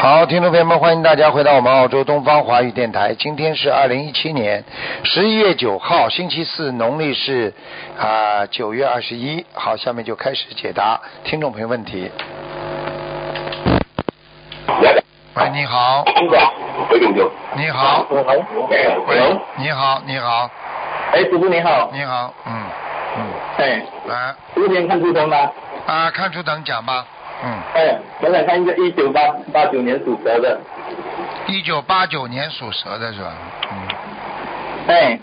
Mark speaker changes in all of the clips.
Speaker 1: 好，听众朋友们，欢迎大家回到我们澳洲东方华语电台。今天是二零一七年十一月九号，星期四，农历是啊九、9月二十一。好，下面就开始解答听众朋友问题。喂，你好，你好，喂，你好，你好，
Speaker 2: 哎，师傅你好，
Speaker 1: 你好，嗯嗯，
Speaker 2: 哎，
Speaker 1: 来
Speaker 2: 今天看图腾吗？
Speaker 1: 啊，看出等讲吧，嗯，
Speaker 2: 哎，我想看一个一九八八九年属蛇的，
Speaker 1: 一九八九年属蛇的是吧？嗯，
Speaker 2: 哎，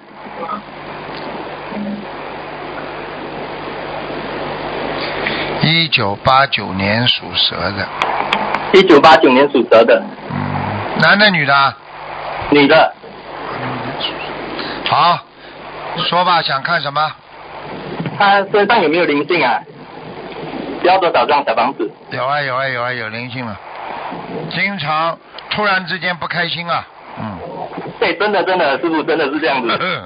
Speaker 1: 一九八九年属蛇的，
Speaker 2: 一九八九年属蛇的，
Speaker 1: 嗯，男的女的啊？
Speaker 2: 女的，
Speaker 1: 嗯好，说吧，想看什么？
Speaker 2: 她身上有没有灵性啊？要多少张小房子？
Speaker 1: 有啊有啊有啊有灵性了，经常突然之间不开心啊，
Speaker 2: 对，真的真的，师傅真的是这样子，
Speaker 1: 嗯，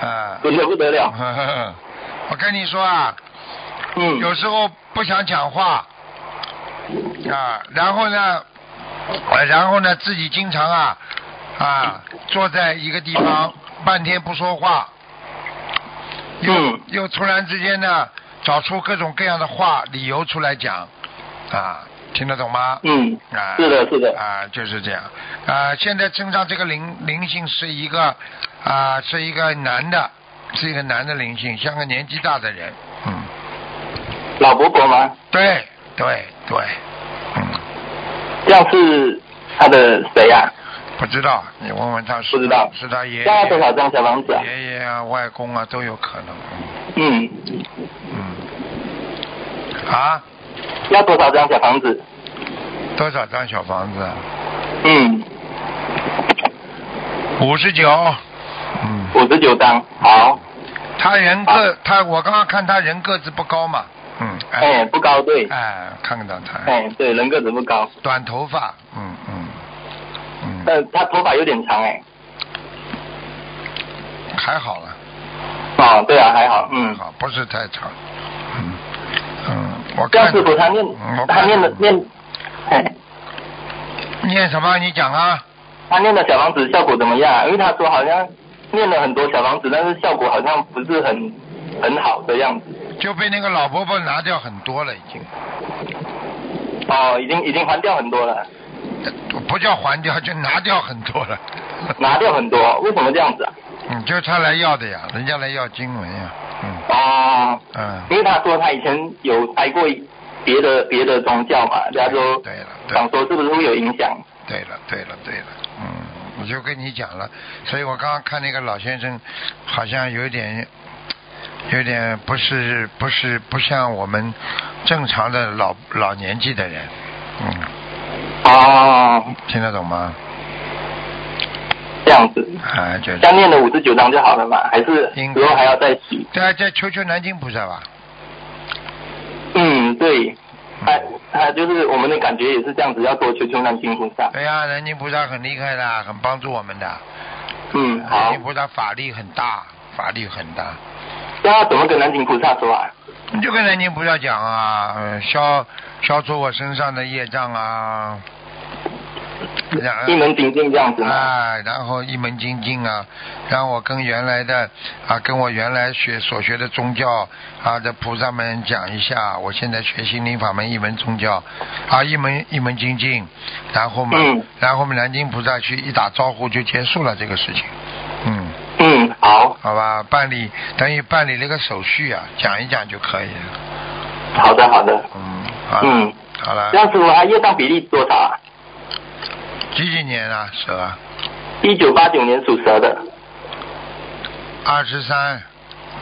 Speaker 1: 啊，
Speaker 2: 准的不得了，
Speaker 1: 我跟你说啊，
Speaker 2: 嗯，
Speaker 1: 有时候不想讲话啊，然后呢，呃然后呢自己经常啊啊坐在一个地方半天不说话，又、
Speaker 2: 嗯
Speaker 1: 又突然之间呢找出各种各样的话理由出来讲啊，听得懂吗？
Speaker 2: 嗯
Speaker 1: 啊，，
Speaker 2: 是的是的，
Speaker 1: 啊，就是这样。啊，现在身上这个灵灵性是一个啊，是一个男的，是一个男的灵性，像个年纪大的人。嗯，
Speaker 2: 老伯伯吗？
Speaker 1: 对对对，嗯，
Speaker 2: 这样是他的谁啊？
Speaker 1: 不知道，你问问他是
Speaker 2: 不知道
Speaker 1: 是他爷
Speaker 2: 要多
Speaker 1: 爷、
Speaker 2: 少张小房子啊？
Speaker 1: 爷爷啊、外公啊都有可能。
Speaker 2: 嗯，
Speaker 1: 嗯，嗯啊，
Speaker 2: 要多少张小房子？
Speaker 1: 多少张小房子啊？
Speaker 2: 嗯，
Speaker 1: 五十九。嗯，
Speaker 2: 五十九张，好，
Speaker 1: 他人个
Speaker 2: 啊
Speaker 1: 他，我刚刚看他人个子不高嘛。嗯，哎
Speaker 2: 哎，不高对，
Speaker 1: 哎，看到他。
Speaker 2: 哎，对，人个子不高，
Speaker 1: 短头发，嗯嗯嗯，
Speaker 2: 但他头发有点长哎。
Speaker 1: 还好了，
Speaker 2: 哦，对啊，还好，
Speaker 1: 还
Speaker 2: 嗯。
Speaker 1: 好，不是太长，嗯嗯，我
Speaker 2: 这
Speaker 1: 看
Speaker 2: 样师傅他念
Speaker 1: 嗯我，
Speaker 2: 他
Speaker 1: 看
Speaker 2: 念的念，哎，
Speaker 1: 念什么？你讲啊，
Speaker 2: 他念的小房子效果怎么样啊？因为他说好像念了很多小房子，但是效果好像不是很很好的样子。
Speaker 1: 就被那个老伯伯拿掉很多了，已经，
Speaker 2: 哦，已经已经还掉很多了，
Speaker 1: 不叫还掉，就拿掉很多了，
Speaker 2: 拿掉很多，为什么这样子啊？
Speaker 1: 嗯，就他来要的呀，人家来要经文呀，嗯
Speaker 2: 哦，
Speaker 1: 嗯，
Speaker 2: 因为他说他以前有拜过别的别的宗教嘛，他说
Speaker 1: 对了对了
Speaker 2: 想说是不是会有影响？
Speaker 1: 对了，对了，对了，嗯，我就跟你讲了，所以我刚刚看那个老先生，好像有点，有点不是不是不像我们正常的老老年纪的人，嗯，
Speaker 2: 哦，
Speaker 1: 听得懂吗？
Speaker 2: 这样子，
Speaker 1: 啊，就是，
Speaker 2: 像念了五十九章就好了嘛，还是
Speaker 1: 应该
Speaker 2: 之后还要再洗？
Speaker 1: 再再啊求求南京菩萨吧，
Speaker 2: 嗯，对，他他就是我们的感觉也是这样子，要多求求南京菩萨。
Speaker 1: 对哎呀、南京菩萨很厉害的，很帮助我们的，
Speaker 2: 嗯，
Speaker 1: 南
Speaker 2: 好
Speaker 1: 京，菩萨法力很大，法力很大，
Speaker 2: 那要怎么跟南京菩萨说啊？
Speaker 1: 你就跟南京菩萨讲啊，呃消消除我身上的业障啊，然
Speaker 2: 一门精进这样子吗？
Speaker 1: 嗯啊，然后一门精进啊，让我跟原来的啊，跟我原来学所学的宗教啊的菩萨们讲一下，我现在学心灵法门一门宗教啊，一门一门精进，然后嘛，
Speaker 2: 嗯
Speaker 1: 然后我们南京菩萨去一打招呼就结束了这个事情，嗯，
Speaker 2: 嗯，好，
Speaker 1: 好吧，办理等于办理了个手续啊，讲一讲就可以了，
Speaker 2: 好的好的，
Speaker 1: 嗯，好了，
Speaker 2: 嗯，
Speaker 1: 好了
Speaker 2: 这，样子我还业障比例多少啊？
Speaker 1: 几几年啊，蛇啊，
Speaker 2: 一九八九年属蛇的，
Speaker 1: 嗯二十三，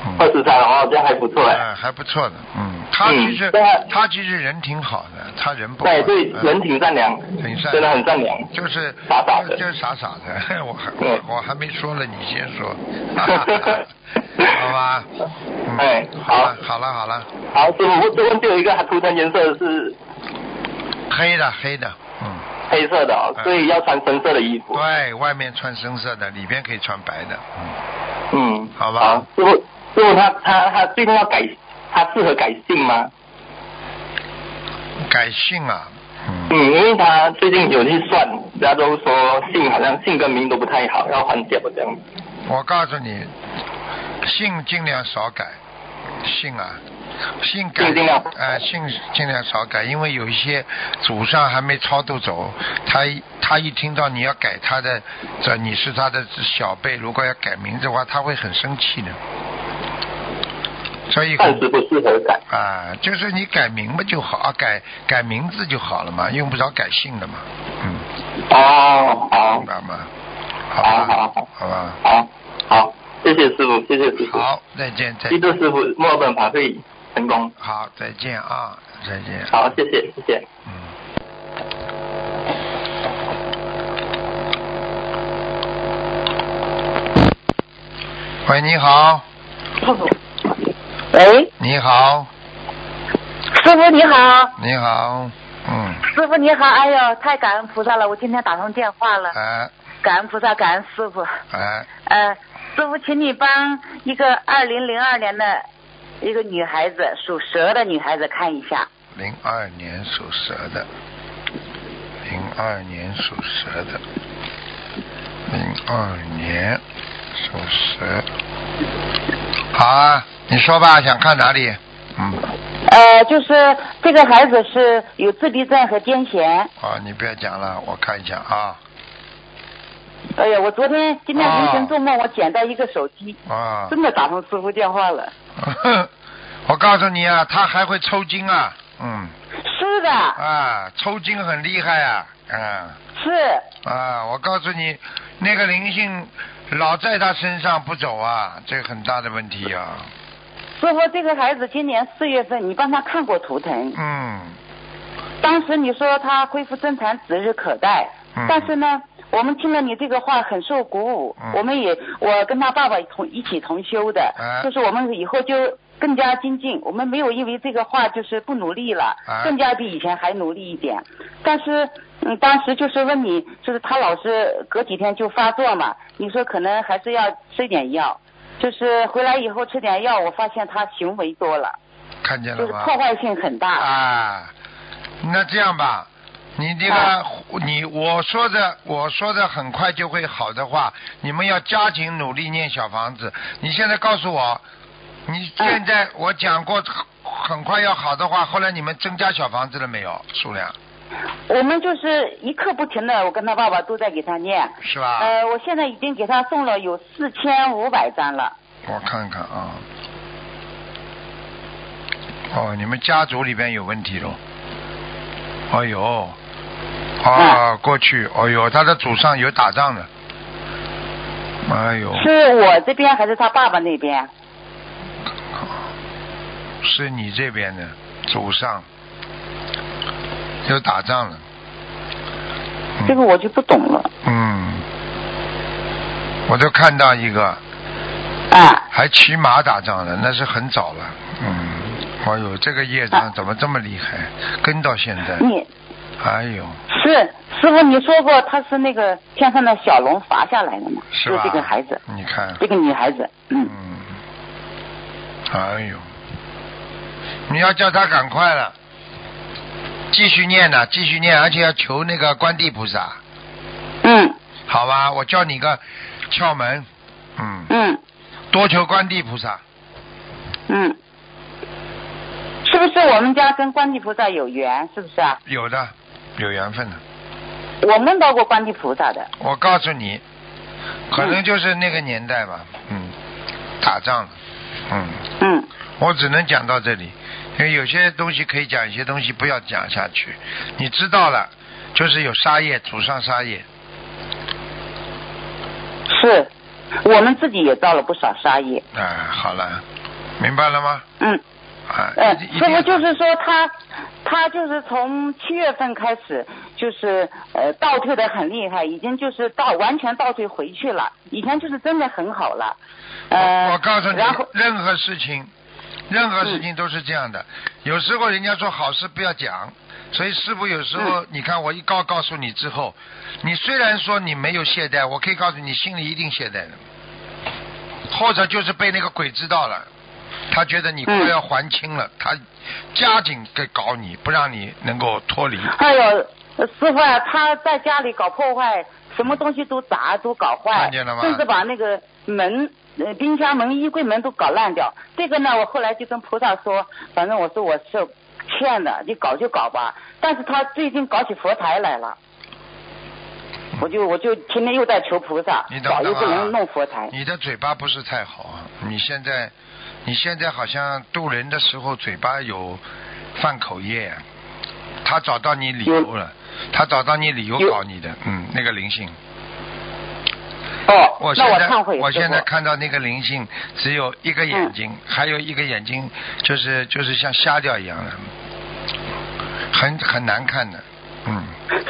Speaker 1: 嗯
Speaker 2: 二十三，哦，这样还不错哎。
Speaker 1: 哎，还不错的，嗯，他
Speaker 2: 嗯
Speaker 1: 其实、
Speaker 2: 对啊
Speaker 1: 他其实人挺好的，他人不
Speaker 2: 对
Speaker 1: 坏
Speaker 2: 对，
Speaker 1: 嗯
Speaker 2: 人挺善良，
Speaker 1: 挺善
Speaker 2: 真的很善良。
Speaker 1: 就是
Speaker 2: 傻傻的
Speaker 1: 就是傻傻的， 我还
Speaker 2: 对
Speaker 1: 我我还没说呢，你先说， 好吧？嗯、
Speaker 2: 哎
Speaker 1: 好了
Speaker 2: 好
Speaker 1: 好了好了，
Speaker 2: 好，师傅，我这问就有一个，它图腾颜色是
Speaker 1: 黑的黑的，嗯，
Speaker 2: 黑色的哦
Speaker 1: 嗯，
Speaker 2: 所以要穿深色的衣服。
Speaker 1: 对，外面穿深色的，里边可以穿白的，嗯，
Speaker 2: 嗯，
Speaker 1: 好吧
Speaker 2: 好，师傅，师傅他他他最近要改，他适合改姓吗？
Speaker 1: 嗯改姓啊，嗯，
Speaker 2: 嗯，因为他最近有去算，人家都说姓好像姓跟名都不太好，要换掉这样子。
Speaker 1: 我告诉你，姓尽量少改，姓啊，姓改
Speaker 2: 姓尽量
Speaker 1: 呃，姓尽量少改，因为有一些祖上还没超度走，他一他一听到你要改他的，这你是他的小辈，如果要改名字的话，他会很生气的。所以
Speaker 2: 暂时不适合改。
Speaker 1: 啊，就是你改名嘛就好，啊、改改名字就好了嘛，用不着改姓的嘛，嗯，
Speaker 2: 哦，好
Speaker 1: 明，白吗？好
Speaker 2: 啊好
Speaker 1: 吧，
Speaker 2: 好好
Speaker 1: 好吧，
Speaker 2: 好，好，谢谢师傅，谢谢师傅，
Speaker 1: 好，再见，再
Speaker 2: 基督师傅墨尔本法会成功，
Speaker 1: 好，再见啊，再见。
Speaker 2: 好，谢谢，谢谢。
Speaker 1: 嗯。喂，你好，
Speaker 3: 喂，
Speaker 1: 你好，
Speaker 3: 师傅你好，
Speaker 1: 你好，嗯，
Speaker 3: 师傅你好，哎呦，太感恩菩萨了，我今天打通电话了，
Speaker 1: 哎
Speaker 3: 感恩菩萨，感恩师傅。
Speaker 1: 哎，
Speaker 3: 呃，师傅，请你帮一个二零零二年的一个女孩子，属蛇的女孩子看一下，
Speaker 1: 零二年属蛇的，零二年属蛇的，零二年属蛇，好啊，你说吧，想看哪里？嗯，
Speaker 3: 呃，就是这个孩子是有自闭症和癫痫。
Speaker 1: 啊，你不要讲了，我看一下啊。
Speaker 3: 哎呀，我昨天今天凌
Speaker 1: 哦
Speaker 3: 晨做梦，我捡到一个手机，
Speaker 1: 啊，
Speaker 3: 真的打通师傅电话了。
Speaker 1: 我告诉你啊，他还会抽筋啊，嗯，
Speaker 3: 是的，
Speaker 1: 啊，抽筋很厉害啊，啊
Speaker 3: 是
Speaker 1: 啊，我告诉你，那个灵性老在他身上不走啊，这很大的问题啊，
Speaker 3: 师傅，这个孩子今年四月份，你帮他看过图腾。
Speaker 1: 嗯
Speaker 3: 当时你说他恢复正常指日可待，
Speaker 1: 嗯
Speaker 3: 但是呢，我们听了你这个话很受鼓舞，
Speaker 1: 嗯
Speaker 3: 我们也我跟他爸爸同一起同修的，
Speaker 1: 哎
Speaker 3: 就是我们以后就更加精进，我们没有因为这个话就是不努力了，
Speaker 1: 哎
Speaker 3: 更加比以前还努力一点。但是，嗯，当时就是问你，就是他老是隔几天就发作嘛，你说可能还是要吃点药，就是回来以后吃点药，我发现他行为多了，
Speaker 1: 看见
Speaker 3: 就
Speaker 1: 了
Speaker 3: 是
Speaker 1: 吗？
Speaker 3: 破坏性很大。
Speaker 1: 啊，那这样吧，你这个
Speaker 3: 啊
Speaker 1: 你我说的我说的很快就会好的话，你们要加紧努力念小房子。你现在告诉我，你现
Speaker 3: 嗯
Speaker 1: 在我讲过很快要好的话，后来你们增加小房子了没有数量
Speaker 3: 我们就是一刻不停的，我跟他爸爸都在给他念。
Speaker 1: 是吧？
Speaker 3: 呃，我现在已经给他送了有四千五百张了。
Speaker 1: 我看看啊。哦，你们家族里边有问题喽？哎呦，啊，
Speaker 3: 嗯
Speaker 1: 过去，哎呦，他的祖上有打仗的，哎呦，
Speaker 3: 是我这边还是他爸爸那边？
Speaker 1: 是你这边的祖上有打仗了。嗯
Speaker 3: 这个我就不懂了。
Speaker 1: 嗯，我都看到一个，
Speaker 3: 啊，
Speaker 1: 还骑马打仗的，那是很早了。嗯，哎呦，这个业障
Speaker 3: 啊嗯
Speaker 1: 怎么这么厉害，跟到现在。
Speaker 3: 你
Speaker 1: 哎呦，
Speaker 3: 是师傅，你说过他是那个天上的小龙罚下来的吗？
Speaker 1: 是
Speaker 3: 就
Speaker 1: 吧？
Speaker 3: 这个孩子，
Speaker 1: 你看，
Speaker 3: 这个女孩子，嗯，
Speaker 1: 嗯，哎呦，你要叫他赶快了，继续念呐、继续念，而且要求那个观地菩萨，
Speaker 3: 嗯
Speaker 1: 好吧？我教你个窍门，嗯，
Speaker 3: 嗯
Speaker 1: 多求观地菩萨，
Speaker 3: 嗯，是不是我们家跟观世菩萨有缘？是不是啊？
Speaker 1: 有的，有缘分的。
Speaker 3: 我梦到过观世菩萨的。
Speaker 1: 我告诉你，
Speaker 3: 嗯
Speaker 1: 可能就是那个年代吧，嗯，打仗了，嗯，
Speaker 3: 嗯
Speaker 1: 我只能讲到这里，因为有些东西可以讲，有些东西不要讲下去。你知道了，就是有杀业，祖上杀业，
Speaker 3: 是，我们自己也造了不少杀业。
Speaker 1: 啊、好了，明白了吗？
Speaker 3: 嗯，
Speaker 1: 啊，
Speaker 3: 呃，
Speaker 1: 一定
Speaker 3: 师傅就是说他，他就是从七月份开始，就是呃倒退的很厉害，已经就是倒完全倒退回去了。以前就是真的很好了。呃，
Speaker 1: 我我告诉你
Speaker 3: 然后，
Speaker 1: 任何事情，任何事情都是这样的。有时候人家说好事不要讲，所以师傅有时候，你看我一告告诉你之后，你虽然说你没有懈怠，我可以告诉你，心里一定懈怠的，或者就是被那个鬼知道了，他觉得你快
Speaker 3: 嗯
Speaker 1: 要还清了，他加紧给搞你，不让你能够脱离。
Speaker 3: 哎呦，呃师傅啊，他在家里搞破坏，什么东西都砸，都搞坏，
Speaker 1: 看见了吗
Speaker 3: 甚至把那个门、呃冰箱门、衣柜门都搞烂掉。这个呢，我后来就跟菩萨说，反正我说我是欠的，你搞就搞吧。但是他最近搞起佛台来了。我就我就天天又在求菩萨
Speaker 1: 嗯你，等
Speaker 3: 早
Speaker 1: 等
Speaker 3: 就
Speaker 1: 啊
Speaker 3: 不能弄佛台。
Speaker 1: 你的嘴巴不是太好啊，你现在你现在好像渡人的时候嘴巴有犯口业、啊，他找到你理由了，他找到你理由
Speaker 3: 有
Speaker 1: 搞你的，嗯，那个灵性。
Speaker 3: 哦，
Speaker 1: 现
Speaker 3: 那我
Speaker 1: 在
Speaker 3: 忏悔，
Speaker 1: 我
Speaker 3: 师
Speaker 1: 现在
Speaker 3: 傅。
Speaker 1: 看到那个灵性只有一个眼睛，
Speaker 3: 嗯
Speaker 1: 还有一个眼睛就是就是像瞎掉一样的，很很难看的，嗯，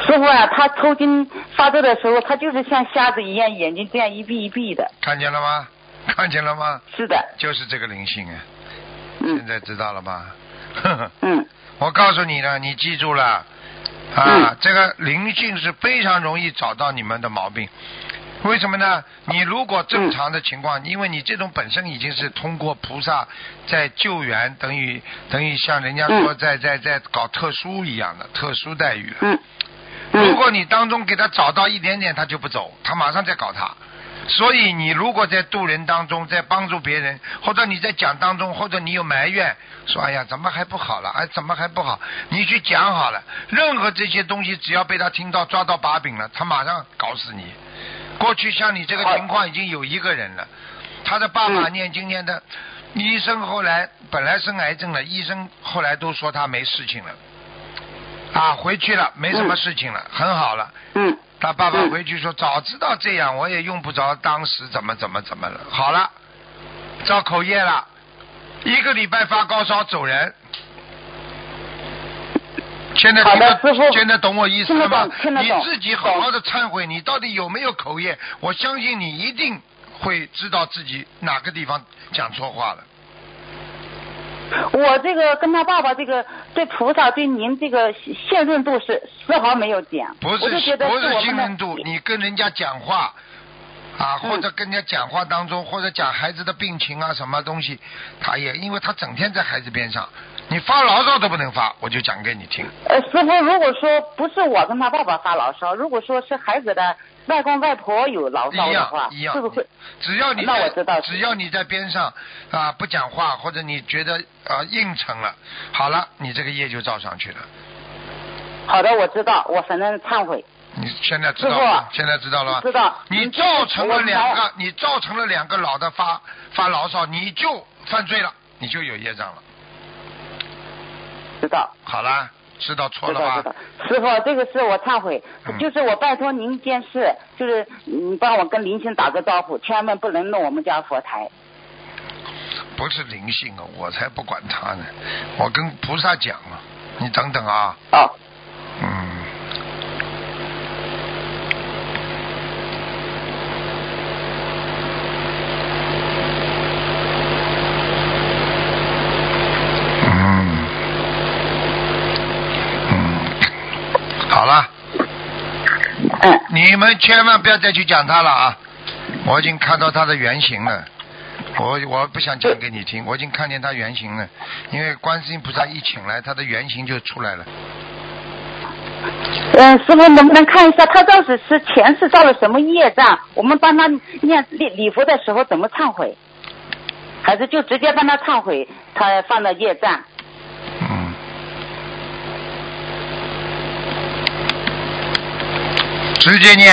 Speaker 3: 师傅啊，他抽筋发作的时候，他就是像瞎子一样，眼睛这样一闭一闭的。
Speaker 1: 看见了吗？看见了吗？
Speaker 3: 是的，
Speaker 1: 就是这个灵性啊，现
Speaker 3: 嗯
Speaker 1: 在知道了吧？ 呵呵。
Speaker 3: 嗯
Speaker 1: 我告诉你了，你记住了啊，
Speaker 3: 嗯
Speaker 1: 这个灵性是非常容易找到你们的毛病。为什么呢？你如果正常的情
Speaker 3: 嗯
Speaker 1: 况，因为你这种本身已经是通过菩萨在救援，等于等于像人家说
Speaker 3: 嗯
Speaker 1: 在在在搞特殊一样的特殊待遇了。
Speaker 3: 嗯
Speaker 1: 如
Speaker 3: 嗯
Speaker 1: 果你当中给他找到一点点，他就不走，他马上再搞他。所以你如果在渡人当中，在帮助别人，或者你在讲当中，或者你有埋怨，说哎呀怎么还不好了，哎怎么还不好，你去讲好了。任何这些东西，只要被他听到抓到把柄了，他马上搞死你。过去像你这个情况已经有一个人了，他的爸爸
Speaker 3: 嗯
Speaker 1: 念经念的，医生后来本来生癌症了，医生后来都说他没事情了。啊，回去了，没什么事情了，很好了。
Speaker 3: 嗯
Speaker 1: 他爸爸
Speaker 3: 嗯
Speaker 1: 回去说，早知道这样，我也用不着当时怎么怎么怎么了。好了，造口业了，一个礼拜发高烧走人。现在
Speaker 3: 好
Speaker 1: 听
Speaker 3: 的
Speaker 1: 得
Speaker 3: 师傅
Speaker 1: 现在懂我意思了吗？
Speaker 3: 听得懂听得懂
Speaker 1: 你自己好好的忏悔，你到底有没有口业？我相信你一定会知道自己哪个地方讲错话了。
Speaker 3: 我这个跟他爸爸这个对菩萨对您这个信任度是丝毫没有减，
Speaker 1: 不
Speaker 3: 我就是觉得
Speaker 1: 不
Speaker 3: 我
Speaker 1: 是
Speaker 3: 们
Speaker 1: 信任度，
Speaker 3: 的
Speaker 1: 你跟人家讲话啊，
Speaker 3: 嗯
Speaker 1: 或者跟人家讲话当中，或者讲孩子的病情啊，什么东西，他也因为他整天在孩子边上，你发牢骚都不能发，我就讲给你听。
Speaker 3: 呃，师傅，如果说不是我跟他爸爸发牢骚，如果说是孩子的外公外婆有牢骚
Speaker 1: 一
Speaker 3: 的
Speaker 1: 样
Speaker 3: 话，
Speaker 1: 一样
Speaker 3: 是不是会？
Speaker 1: 只要你
Speaker 3: 那
Speaker 1: 在
Speaker 3: 我知道
Speaker 1: 只要你在边上啊不讲话，或者你觉得啊应承了，好了，你这个业就照上去了。
Speaker 3: 好的，我知道，我反正忏悔。
Speaker 1: 你现在知道了？
Speaker 3: 师傅
Speaker 1: 现在知道了吧？
Speaker 3: 知道
Speaker 1: 你造成了两
Speaker 3: 我
Speaker 1: 个，你造成了两个老的发发牢骚，你就犯罪了，你就有业障了。
Speaker 3: 知道，
Speaker 1: 好啦，知道错
Speaker 3: 知
Speaker 1: 了
Speaker 3: 道，知
Speaker 1: 吧
Speaker 3: 道？。师傅，这个是我忏悔，
Speaker 1: 嗯
Speaker 3: 就是我拜托您一件事，就是你帮我跟林星打个招呼，千万不能弄我们家佛台。
Speaker 1: 不是灵性啊，我才不管他呢。我跟菩萨讲啊，你等等啊，
Speaker 3: 哦，
Speaker 1: 嗯。嗯嗯，好了，
Speaker 3: 嗯，
Speaker 1: 你们千万不要再去讲他了啊！我已经看到他的原型了，我我不想讲给你听，我已经看见他原型了，因为观世音菩萨一请来，他的原型就出来了。
Speaker 3: 嗯，师傅能不能看一下他到底是前世造了什么业障？我们帮他念礼礼佛的时候怎么忏悔？还是就直接帮他忏悔他犯的业障？
Speaker 1: 嗯，直接念，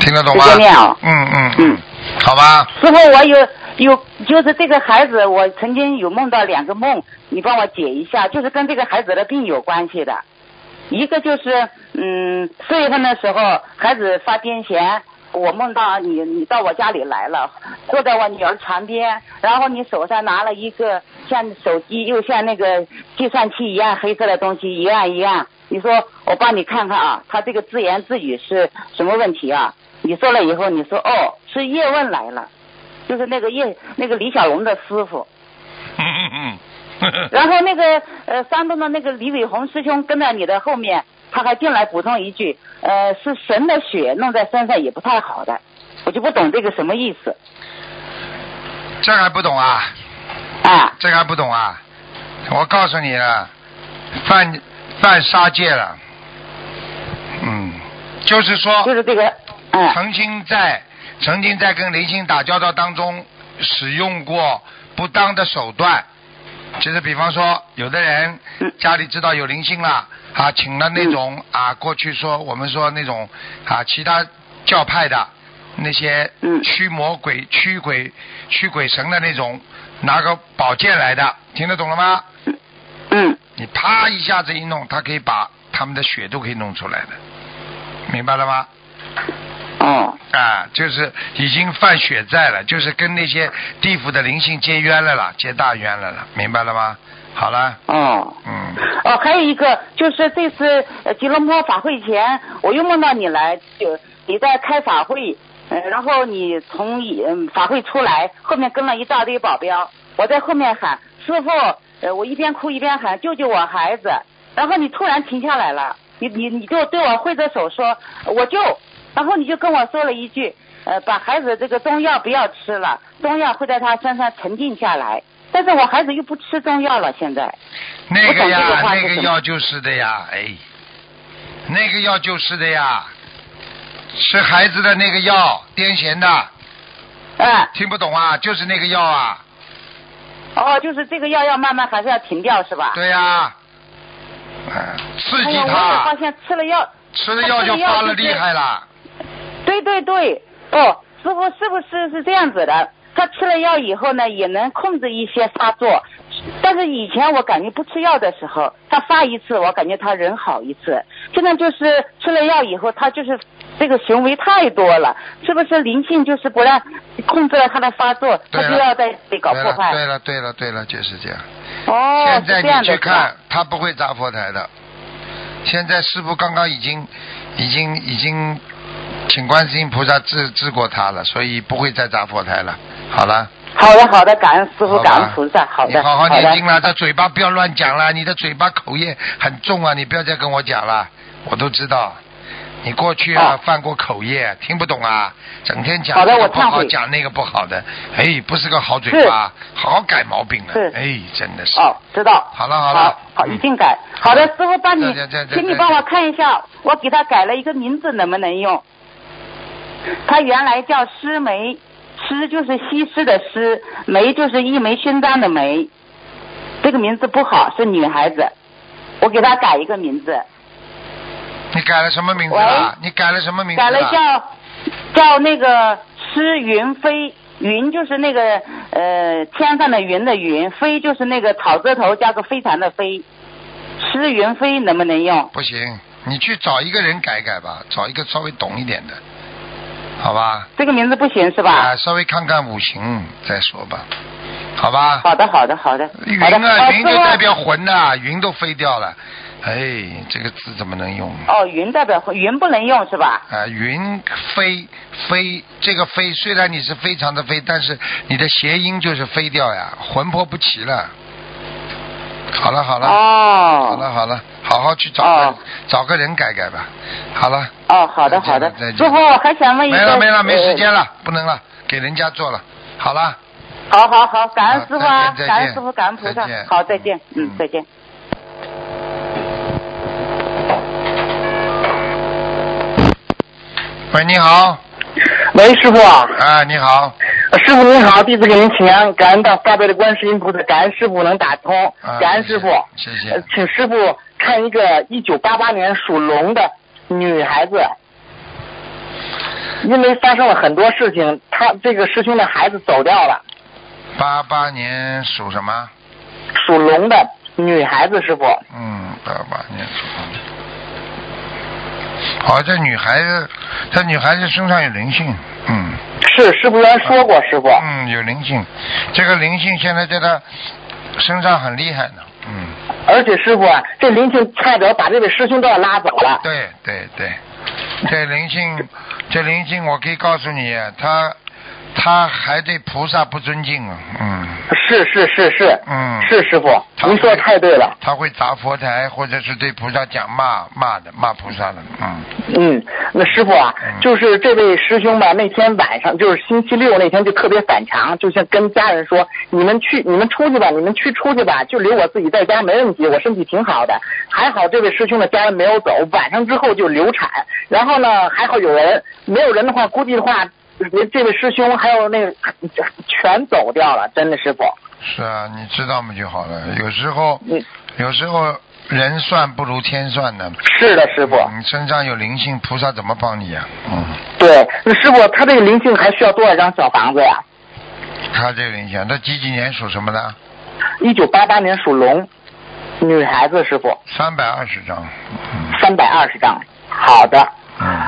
Speaker 1: 听得懂吗？
Speaker 3: 直接念哦
Speaker 1: 嗯嗯
Speaker 3: 嗯，
Speaker 1: 好吧，
Speaker 3: 师傅，我有有，就是这个孩子，我曾经有梦到两个梦，你帮我解一下，就是跟这个孩子的病有关系的。一个就是，嗯，四月份的时候，孩子发癫痫，我梦到你，你到我家里来了，坐在我女儿床边，然后你手上拿了一个像手机又像那个计算器一样黑色的东西，一样一样。你说我帮你看看啊，他这个自言自语是什么问题啊？你说了以后，你说哦，是叶问来了。就是那个叶那个李小龙的师傅，
Speaker 1: 嗯嗯 嗯，
Speaker 3: 然后那个呃山东的那个李伟红师兄跟在你的后面，他还进来补充一句，呃是神的血弄在身上也不太好的，我就不懂这个什么意思。
Speaker 1: 这还不懂啊？
Speaker 3: 啊，
Speaker 1: 这个还不懂啊？我告诉你了，犯犯杀戒了。嗯，就是
Speaker 3: 就
Speaker 1: 说，
Speaker 3: 是这个，嗯
Speaker 1: 曾经在曾经在跟灵性打交道当中使用过不当的手段，就是比方说，有的人
Speaker 3: 嗯
Speaker 1: 家里知道有灵性了啊，请了那种啊，过去说我们说那种啊，其他教派的那些
Speaker 3: 嗯
Speaker 1: 驱魔鬼、驱鬼、驱鬼神的那种，拿个宝剑来的，听得懂了吗？
Speaker 3: 嗯，
Speaker 1: 你啪一下子一弄，他可以把他们的血都可以弄出来的，明白了吗？
Speaker 3: 哦，
Speaker 1: 啊，就是已经犯血债了，就是跟那些地府的灵性结冤了啦，结大冤了啦，明白了吗？好了，
Speaker 3: 哦。
Speaker 1: 嗯，
Speaker 3: 哦，还有一个就是这次呃吉隆坡法会前，我又梦到你来，就你在开法会，呃、然后你从一嗯法会出来，后面跟了一大堆保镖，我在后面喊师傅，呃，我一边哭一边喊救救我孩子，然后你突然停下来了，你你你就对我挥着手说我救，然后你就跟我说了一句，呃，把孩子这个中药不要吃了，中药会在他身上沉浸下来，但是我孩子又不吃中药了，现在。
Speaker 1: 那个
Speaker 3: 我
Speaker 1: 呀
Speaker 3: 想这个，话
Speaker 1: 那
Speaker 3: 是
Speaker 1: 个
Speaker 3: 什么
Speaker 1: 药就是的呀，哎，那个药就是的呀，吃孩子的那个药，癫痫的，
Speaker 3: 嗯，
Speaker 1: 听不懂啊，就是那个药啊，
Speaker 3: 哦，就是这个药要慢慢还是要停掉是吧？
Speaker 1: 对呀、嗯、刺
Speaker 3: 哎
Speaker 1: 激
Speaker 3: 呀，我也
Speaker 1: 他
Speaker 3: 发，现吃了药，
Speaker 1: 吃了药就发了厉害了。
Speaker 3: 对对对，哦，师傅是不是是这样子的？他吃了药以后呢，也能控制一些发作，但是以前我感觉不吃药的时候，他发一次，我感觉他人好一次。现在就是吃了药以后，他就是这个行为太多了，是不是灵性就是不让控制了他的发作，他
Speaker 1: 对
Speaker 3: 就
Speaker 1: 了
Speaker 3: 要在这里搞
Speaker 1: 对
Speaker 3: 破
Speaker 1: 了
Speaker 3: 坏？
Speaker 1: 对了，对了，对了，就是这样。
Speaker 3: 哦，
Speaker 1: 现
Speaker 3: 是
Speaker 1: 在
Speaker 3: 这样
Speaker 1: 你
Speaker 3: 的
Speaker 1: 去
Speaker 3: 是吧
Speaker 1: 看？，他不会砸佛台的。现在师傅刚刚已经、已经、已经请观世音菩萨治治过他了，所以不会再砸佛台了。好了，
Speaker 3: 好的好的，感恩师傅，
Speaker 1: 好吧
Speaker 3: 感恩菩萨，好
Speaker 1: 你
Speaker 3: 的
Speaker 1: 好好
Speaker 3: 的
Speaker 1: 念经了，这嘴巴不要乱讲了，你的嘴巴口业很重啊，你不要再跟我讲了，我都知道。你过去啊
Speaker 3: 哦
Speaker 1: 犯过口业，听不懂啊，整天讲
Speaker 3: 好的
Speaker 1: 这个
Speaker 3: 我
Speaker 1: 不
Speaker 3: 忏
Speaker 1: 好，
Speaker 3: 悔
Speaker 1: 讲那个不好的，哎，不是个好嘴
Speaker 3: 是
Speaker 1: 巴，好好改毛病了
Speaker 3: 是，
Speaker 1: 哎，真的是。
Speaker 3: 哦，知道。
Speaker 1: 好了好了
Speaker 3: 好，
Speaker 1: 嗯
Speaker 3: 一定改。好的，师傅帮你
Speaker 1: 再见再见，
Speaker 3: 请
Speaker 1: 再
Speaker 3: 你
Speaker 1: 见
Speaker 3: 帮我看一下，我给他改了一个名字，能不能用？他原来叫施梅，施就是西施的施，梅就是一枚勋章的梅。这个名字不好，是女孩子，我给他改一个名字，
Speaker 1: 你改了什么名字啦？你改了什么名字
Speaker 3: 改
Speaker 1: 啦？
Speaker 3: 了叫叫那个施云飞。云就是那个呃天上的云的云，飞就是那个草字头加个飞船的飞，施云飞能不能用？
Speaker 1: 不行，你去找一个人改改吧，找一个稍微懂一点的，好吧？
Speaker 3: 这个名字不行是
Speaker 1: 啊，
Speaker 3: 吧？
Speaker 1: 稍微看看五行再说吧，好吧？
Speaker 3: 好的，好的，好的，
Speaker 1: 云
Speaker 3: 好的。
Speaker 1: 啊，
Speaker 3: 哦
Speaker 1: 云
Speaker 3: 师
Speaker 1: 就
Speaker 3: 傅
Speaker 1: 代表魂呐、云都飞掉了，哎，这个字怎么能用？
Speaker 3: 哦，云代表云不能用是吧？
Speaker 1: 啊，云飞飞，这个飞虽然你是非常的飞，但是你的谐音就是飞掉呀，魂魄不齐了。好了好了，好了
Speaker 3: 哦，
Speaker 1: 好了，好好去找个、
Speaker 4: 啊
Speaker 3: 哦
Speaker 1: 找个人改改吧。好了，
Speaker 3: 哦，好的，
Speaker 1: 再见
Speaker 3: 好的
Speaker 1: 再。见
Speaker 3: 师傅，我还想
Speaker 4: 哎
Speaker 3: 问一
Speaker 1: 没
Speaker 3: 个，
Speaker 1: 了没了，没时
Speaker 3: 呃。
Speaker 1: 间了，不能了，给人家做了。好了，
Speaker 3: 好呃好好，感恩师傅
Speaker 1: 啊
Speaker 3: 啊，
Speaker 1: 再见再见
Speaker 3: 感恩师傅，感恩菩
Speaker 1: 再
Speaker 3: 萨
Speaker 1: 见。
Speaker 3: 好，再见，嗯
Speaker 1: 嗯，
Speaker 3: 再见。
Speaker 1: 喂，你好，
Speaker 4: 喂，师傅啊，
Speaker 1: 啊，你好，
Speaker 4: 呃师傅您好，弟子给您请安，感恩大大悲的观世音菩萨，感恩师傅能打通
Speaker 1: 啊，，
Speaker 4: 感恩师傅，
Speaker 1: 谢谢，谢
Speaker 4: 呃
Speaker 1: 谢，
Speaker 4: 请师傅看一个一九八八年属龙的女孩子，因为发生了很多事情，她这个师兄的孩子走掉了，
Speaker 1: 八八年属什么？
Speaker 4: 属龙的女孩子，师傅，
Speaker 1: 嗯，八八年属什么？哦，这女孩子，这女孩子身上有灵性，嗯
Speaker 4: 是师傅原来说过，师傅，
Speaker 1: 嗯，有灵性，这个灵性现在在她身上很厉害呢，嗯，
Speaker 4: 而且师傅啊，这灵性差点把这位师兄都要拉走了，
Speaker 1: 对 对对，这灵性，这灵性，我可以告诉你，他他啊还对菩萨不尊敬啊，嗯
Speaker 4: 是是是是，
Speaker 1: 嗯，
Speaker 4: 是师傅，
Speaker 1: 他
Speaker 4: 您说的太对了。
Speaker 1: 他会砸佛台，或者是对菩萨讲骂骂的骂菩萨的，嗯
Speaker 4: 嗯，那师傅啊
Speaker 1: 嗯，
Speaker 4: 就是这位师兄吧，那天晚上就是星期六那天就特别反常，就像跟家人说：“你们去，你们出去吧，你们去出去吧，就留我自己在家没问题，我身体挺好的。”还好这位师兄的家人没有走，晚上之后就流产，然后呢还好有人，没有人的话，估计的话，这位师兄还有那个全走掉了，真的师傅。
Speaker 1: 是啊，你知道嘛就好了。有时候
Speaker 4: 嗯，
Speaker 1: 有时候人算不如天算呢。
Speaker 4: 是的，师傅。
Speaker 1: 你身上有灵性，菩萨怎么帮你呀、嗯，
Speaker 4: 对，那师傅他这个灵性还需要多少张小房子呀？
Speaker 1: 他这个灵性，他几几年属什么的？
Speaker 4: 一九八八年属龙，女孩子，师傅，
Speaker 1: 三百二十张。嗯
Speaker 4: 三百二十张。好的，
Speaker 1: 嗯，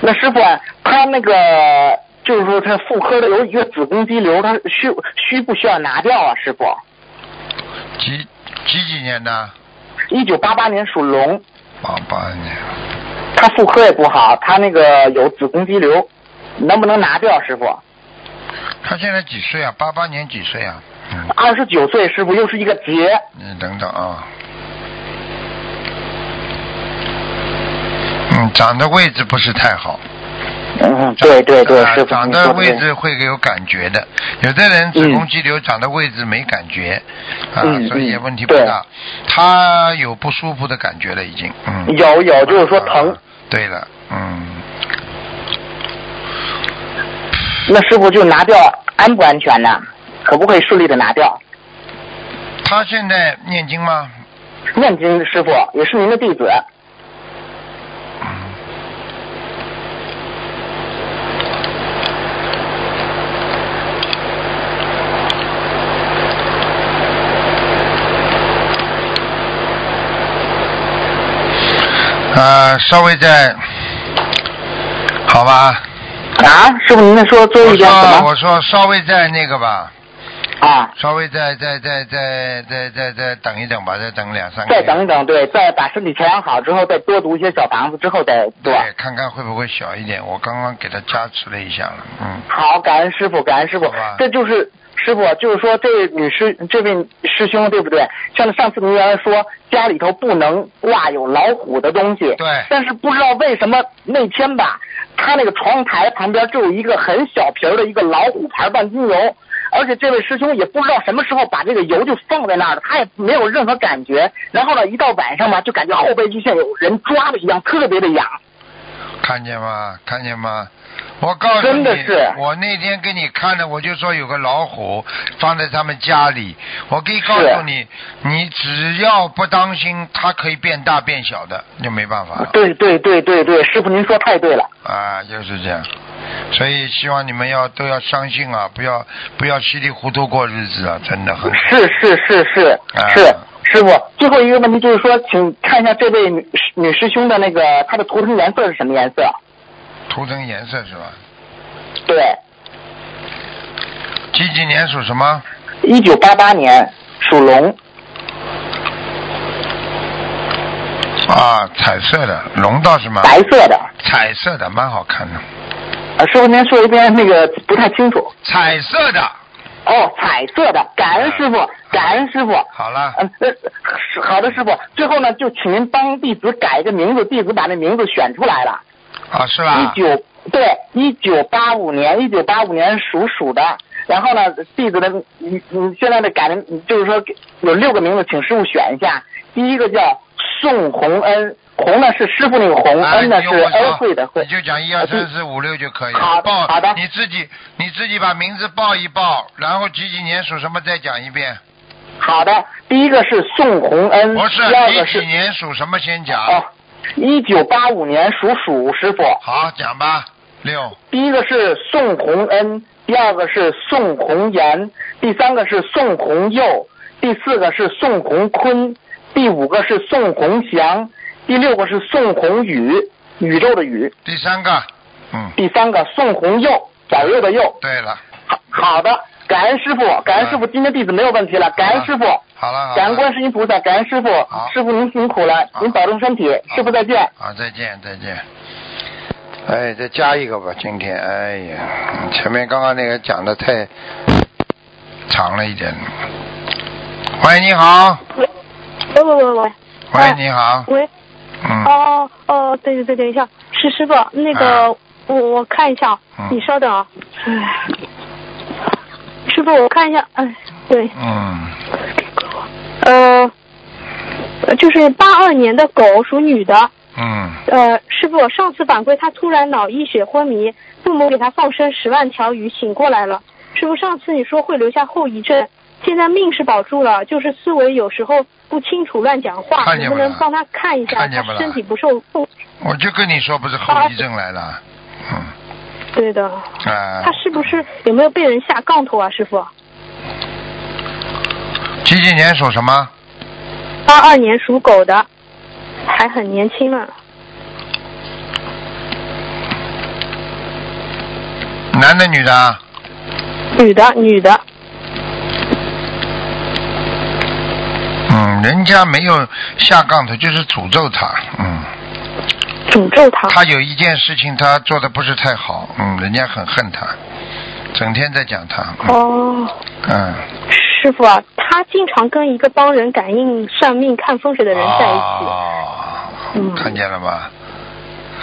Speaker 4: 那师傅啊，他那个就是说他妇科的有一个子宫肌瘤，他需需不需要拿掉啊？师傅，
Speaker 1: 几几几年的？
Speaker 4: 一九八八年属龙，
Speaker 1: 八八年。
Speaker 4: 他妇科也不好，他那个有子宫肌瘤，能不能拿掉？师傅，
Speaker 1: 他现在几岁啊？八八年几岁啊？嗯，
Speaker 4: 二十九岁，师傅又是一个结，
Speaker 1: 你等等啊。嗯，长的位置不是太好。
Speaker 4: 嗯，对对对，
Speaker 1: 啊
Speaker 4: 师傅，
Speaker 1: 长
Speaker 4: 您
Speaker 1: 的
Speaker 4: 说得
Speaker 1: 位
Speaker 4: 对
Speaker 1: 置会有感觉的，有的人子宫肌瘤长的位置没感觉，啊，
Speaker 4: 嗯
Speaker 1: 所以也
Speaker 4: 嗯
Speaker 1: 问题不大。他有不舒服的感觉了，已经，嗯。
Speaker 4: 有有，就是说
Speaker 1: 啊
Speaker 4: 疼。
Speaker 1: 对了，嗯，
Speaker 4: 那师傅就拿掉安不安全呢？可不可以顺利的拿掉？
Speaker 1: 他现在念经吗？
Speaker 4: 念经师傅也是您的弟子，啊
Speaker 1: 啊，稍微在，好吧。
Speaker 4: 啊，师傅您在说最后
Speaker 1: 我
Speaker 4: 一遍什
Speaker 1: 说，
Speaker 4: 么
Speaker 1: 我说稍微在那个吧，
Speaker 4: 啊？
Speaker 1: 稍微再再再再再再再等一等吧，再等两三个月。
Speaker 4: 再等一等，对，再把身体调养好之后，再多读一些小房子之后再做。
Speaker 1: 对，看看会不会小一点。我刚刚给他加持了一下了，嗯，
Speaker 4: 好，感恩师傅，感恩师傅
Speaker 1: 好吧，
Speaker 4: 这就是师傅，就是说这位女师这位师兄对不对？像上次您原来说家里头不能挂有老虎的东西，
Speaker 1: 对
Speaker 4: 但是不知道为什么那天吧，他那个窗台旁边就有一个很小瓶儿的一个老虎牌万金油，而且这位师兄也不知道什么时候把这个油就放在那儿了，他也没有任何感觉。然后呢，一到晚上嘛，就感觉后背就像有人抓的一样，特别的痒。
Speaker 1: 看见吗？看见吗？我告诉你，
Speaker 4: 真的是
Speaker 1: 我那天给你看了，我就说有个老虎放在他们家里。我可以告诉
Speaker 4: 是
Speaker 1: 你，你只要不当心，它可以变大变小的，就没办法了
Speaker 4: 对对对对对，师傅您说太对了。
Speaker 1: 啊，就是这样。所以希望你们要都要相信啊，不要不要稀里糊涂过日子啊，真的 很。
Speaker 4: 是是是是
Speaker 1: 啊
Speaker 4: 是，师傅，最后一个问题就是说，请看一下这位女师女师兄的那个她的图腾颜色是什么颜色？
Speaker 1: 图腾颜色是吧？
Speaker 4: 对，
Speaker 1: 几几年属什么？
Speaker 4: 一九八八年属龙，
Speaker 1: 啊，彩色的，龙倒是蛮
Speaker 4: 白色的。
Speaker 1: 彩色的，蛮好看的，
Speaker 4: 呃，师傅您说一遍，那个不太清楚。
Speaker 1: 彩色的。
Speaker 4: 哦，彩色的，感恩师傅，感恩师傅。
Speaker 1: 啊好了，
Speaker 4: 嗯，呃是好的，师傅。最后呢，就请您帮弟子改一个名字，弟子把那名字选出来了。
Speaker 1: 啊，是吧
Speaker 4: 一？九对一九八五年，一九八五年属鼠的。然后呢，弟子的你你现在的改的，就是说有六个名字，请师傅选一下。第一个叫宋洪恩，洪呢是师傅那个洪，
Speaker 1: 哎
Speaker 4: 恩呢
Speaker 1: 你
Speaker 4: 是
Speaker 1: 就我
Speaker 4: 恩
Speaker 1: 说
Speaker 4: 惠的惠
Speaker 1: 你。就讲一二三四五六就可以了。
Speaker 4: 好的
Speaker 1: 报
Speaker 4: 好的
Speaker 1: 你自己你自己把名字报一报，然后几几年属什么再讲一遍。
Speaker 4: 好的，第一个是宋洪恩，
Speaker 1: 不是
Speaker 4: 嗯第二
Speaker 1: 你啊
Speaker 4: 个
Speaker 1: 几
Speaker 4: 是
Speaker 1: 年属什么先讲。
Speaker 4: 哦，一九八五年属鼠师傅。
Speaker 1: 好，讲吧。六，
Speaker 4: 第一个是宋洪恩，第二个是宋洪岩，第三个是宋洪佑，第四个是宋洪坤，第五个是宋洪祥，第六个是宋洪宇，宇宙的宇，
Speaker 1: 第三个。嗯，
Speaker 4: 第三个宋洪佑，左右的右。
Speaker 1: 对了，
Speaker 4: 好好的，感恩师傅，感恩师傅，今天弟子没有问题了，感恩师傅，
Speaker 1: 好了好了。
Speaker 4: 感恩观世音菩萨，感恩师傅
Speaker 1: 嗯好，
Speaker 4: 师傅您辛苦了
Speaker 1: 好，
Speaker 4: 您保重身体，师傅再见。
Speaker 1: 好，再见再见。哎，再加一个吧，今天，哎呀，前面刚刚那个讲的太长了一点。喂，你好，
Speaker 5: 喂喂喂喂，
Speaker 1: 喂，你好，
Speaker 5: 喂，
Speaker 1: 啊嗯，
Speaker 5: 哦哦，对对对，等一下，是师傅，那个、
Speaker 1: 啊
Speaker 5: 我我看一下，
Speaker 1: 嗯
Speaker 5: 你稍等啊。唉，师傅，我看一下，哎，对，
Speaker 1: 嗯，
Speaker 5: 呃，呃就是八二年的狗，属女的，
Speaker 1: 嗯，
Speaker 5: 呃，师傅，上次反馈他突然脑溢血昏迷，父母给他放生十万条鱼，醒过来了。师傅，上次你说会留下后遗症，现在命是保住了，就是思维有时候不清楚，乱讲话，
Speaker 1: 看见
Speaker 5: 能
Speaker 1: 不
Speaker 5: 不
Speaker 1: 啦
Speaker 5: 能帮他看一下
Speaker 1: 看见不
Speaker 5: 他
Speaker 1: 啦
Speaker 5: 身体不受控？
Speaker 1: 我就跟你说，不是后遗症来了，嗯，
Speaker 5: 对的，
Speaker 1: 啊
Speaker 5: 他，是不是有没有被人下杠头啊，师傅？
Speaker 1: 几几年属什么？
Speaker 5: 八二年属狗的，还很年轻啊呢。
Speaker 1: 男的女的啊？
Speaker 5: 女的，女的，
Speaker 1: 嗯，人家没有下杠头，就是诅咒他，嗯。
Speaker 5: 诅咒他。
Speaker 1: 他有一件事情他做的不是太好，嗯，人家很恨他，整天在讲他，嗯
Speaker 5: 哦，
Speaker 1: 嗯，
Speaker 5: 师傅啊，他经常跟一个帮人感应、算命、看风水的人在一起。
Speaker 1: 哦
Speaker 5: 嗯，
Speaker 1: 看见了吗？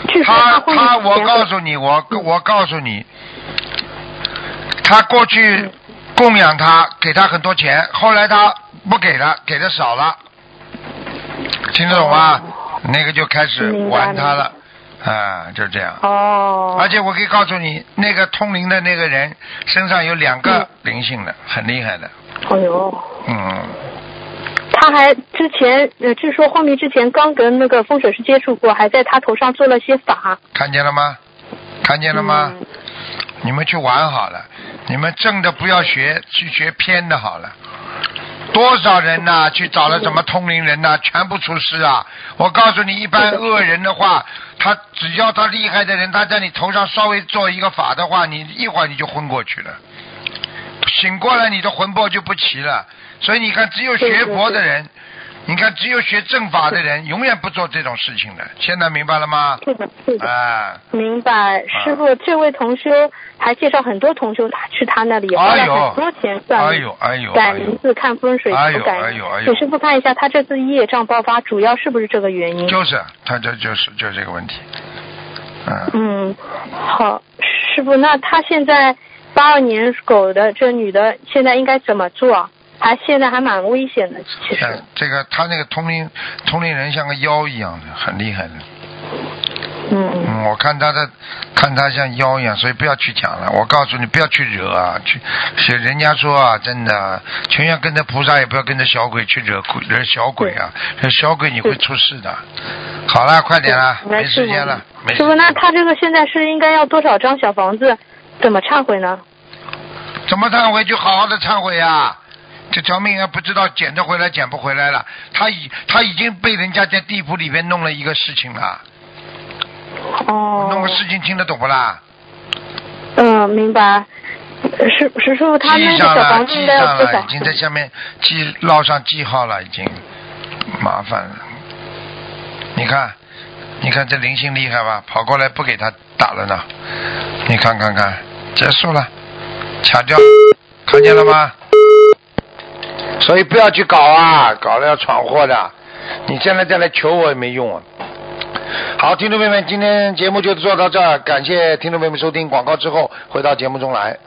Speaker 5: 据说
Speaker 1: 他
Speaker 5: 婚
Speaker 1: 他，
Speaker 5: 礼之
Speaker 1: 我
Speaker 5: 前
Speaker 1: 告诉你，我
Speaker 5: 嗯
Speaker 1: 我告诉你，他过
Speaker 5: 嗯
Speaker 1: 去供养他，给他很多钱，后来他不给了，给的少了，听得懂吗？那个就开始
Speaker 5: 哦明白
Speaker 1: 玩他了，啊，就这样。
Speaker 5: 哦，
Speaker 1: 而且我可以告诉你，那个通灵的那个人身上有两
Speaker 5: 嗯
Speaker 1: 个灵性的，很厉害的。
Speaker 5: 哎呦，
Speaker 1: 嗯，
Speaker 5: 他还之前呃，据说昏迷之前刚跟那个风水师接触过，还在他头上做了些法。
Speaker 1: 看见了吗？看见了吗？
Speaker 5: 嗯
Speaker 1: 你们去玩好了，你们正的不要学，去学偏的好了。多少人呐、去找了什么通灵人呐、全部出事啊！我告诉你，一
Speaker 5: 嗯
Speaker 1: 般恶人的话，他只要他厉害的人，他在你头上稍微做一个法的话，你一会儿你就昏过去了，醒过来你的魂魄就不齐了。所以你看，只有学佛的人，你看只有学正法的人，永远不做这种事情的。现在明白了吗？
Speaker 5: 对的，对的。
Speaker 1: 啊。
Speaker 5: 明白，师傅，这位同修还介绍很多同修他去他那里，花
Speaker 1: 哎呦
Speaker 5: 了很多钱算
Speaker 1: 哎
Speaker 5: 命
Speaker 1: 呦哎呦，
Speaker 5: 改
Speaker 1: 哎呦
Speaker 5: 名，字、看风水
Speaker 1: 哎
Speaker 5: 求
Speaker 1: 呦
Speaker 5: 改
Speaker 1: 哎呦哎
Speaker 5: 名。
Speaker 1: 呦
Speaker 5: 给师傅看一下，他这次业障爆发主要是不是这个原因？
Speaker 1: 就是他这就是就是这个问题，嗯，
Speaker 5: 嗯，好，师傅，那他现在八二年狗的这女的，现在应该怎么做？还现在还蛮危险的，其实
Speaker 1: 像。这个他那个通灵通灵人像个妖一样的，很厉害的，
Speaker 5: 嗯，
Speaker 1: 嗯，我看他的看他像妖一样，所以不要去讲了。我告诉你，不要去惹啊，去是人家说啊，真的，情愿跟着菩萨，也不要跟着小鬼去惹鬼惹小鬼啊，惹小鬼你会出事的。好了，快点了，
Speaker 5: 来
Speaker 1: 没时间了，没时
Speaker 5: 师傅，
Speaker 1: 间
Speaker 5: 那他这个现在是应该要多少张小房子？怎么忏悔呢？
Speaker 1: 怎么忏悔就好好的忏悔呀、这条命啊还不知道捡得回来捡不回来了，他已他已经被人家在地府里边弄了一个事情了，
Speaker 5: 哦，
Speaker 1: 弄个事情听得懂不啦？
Speaker 5: 嗯，明白。呃师师傅，他那
Speaker 1: 记
Speaker 5: 个
Speaker 1: 上
Speaker 5: 小
Speaker 1: 了，
Speaker 5: 房子
Speaker 1: 记
Speaker 5: 应该
Speaker 1: 上
Speaker 5: 有多
Speaker 1: 了，
Speaker 5: 少
Speaker 1: 已？经在下面记烙上记号了，已经麻烦了。你看，你看这灵性厉害吧？跑过来不给他打了呢，你看看看，结束了，卡掉，看见了吗？所以不要去搞啊，搞了要闯祸的。你现在再来求我也没用啊。好，听众朋友们，今天节目就做到这儿，感谢听众朋友们收听广告之后回到节目中来。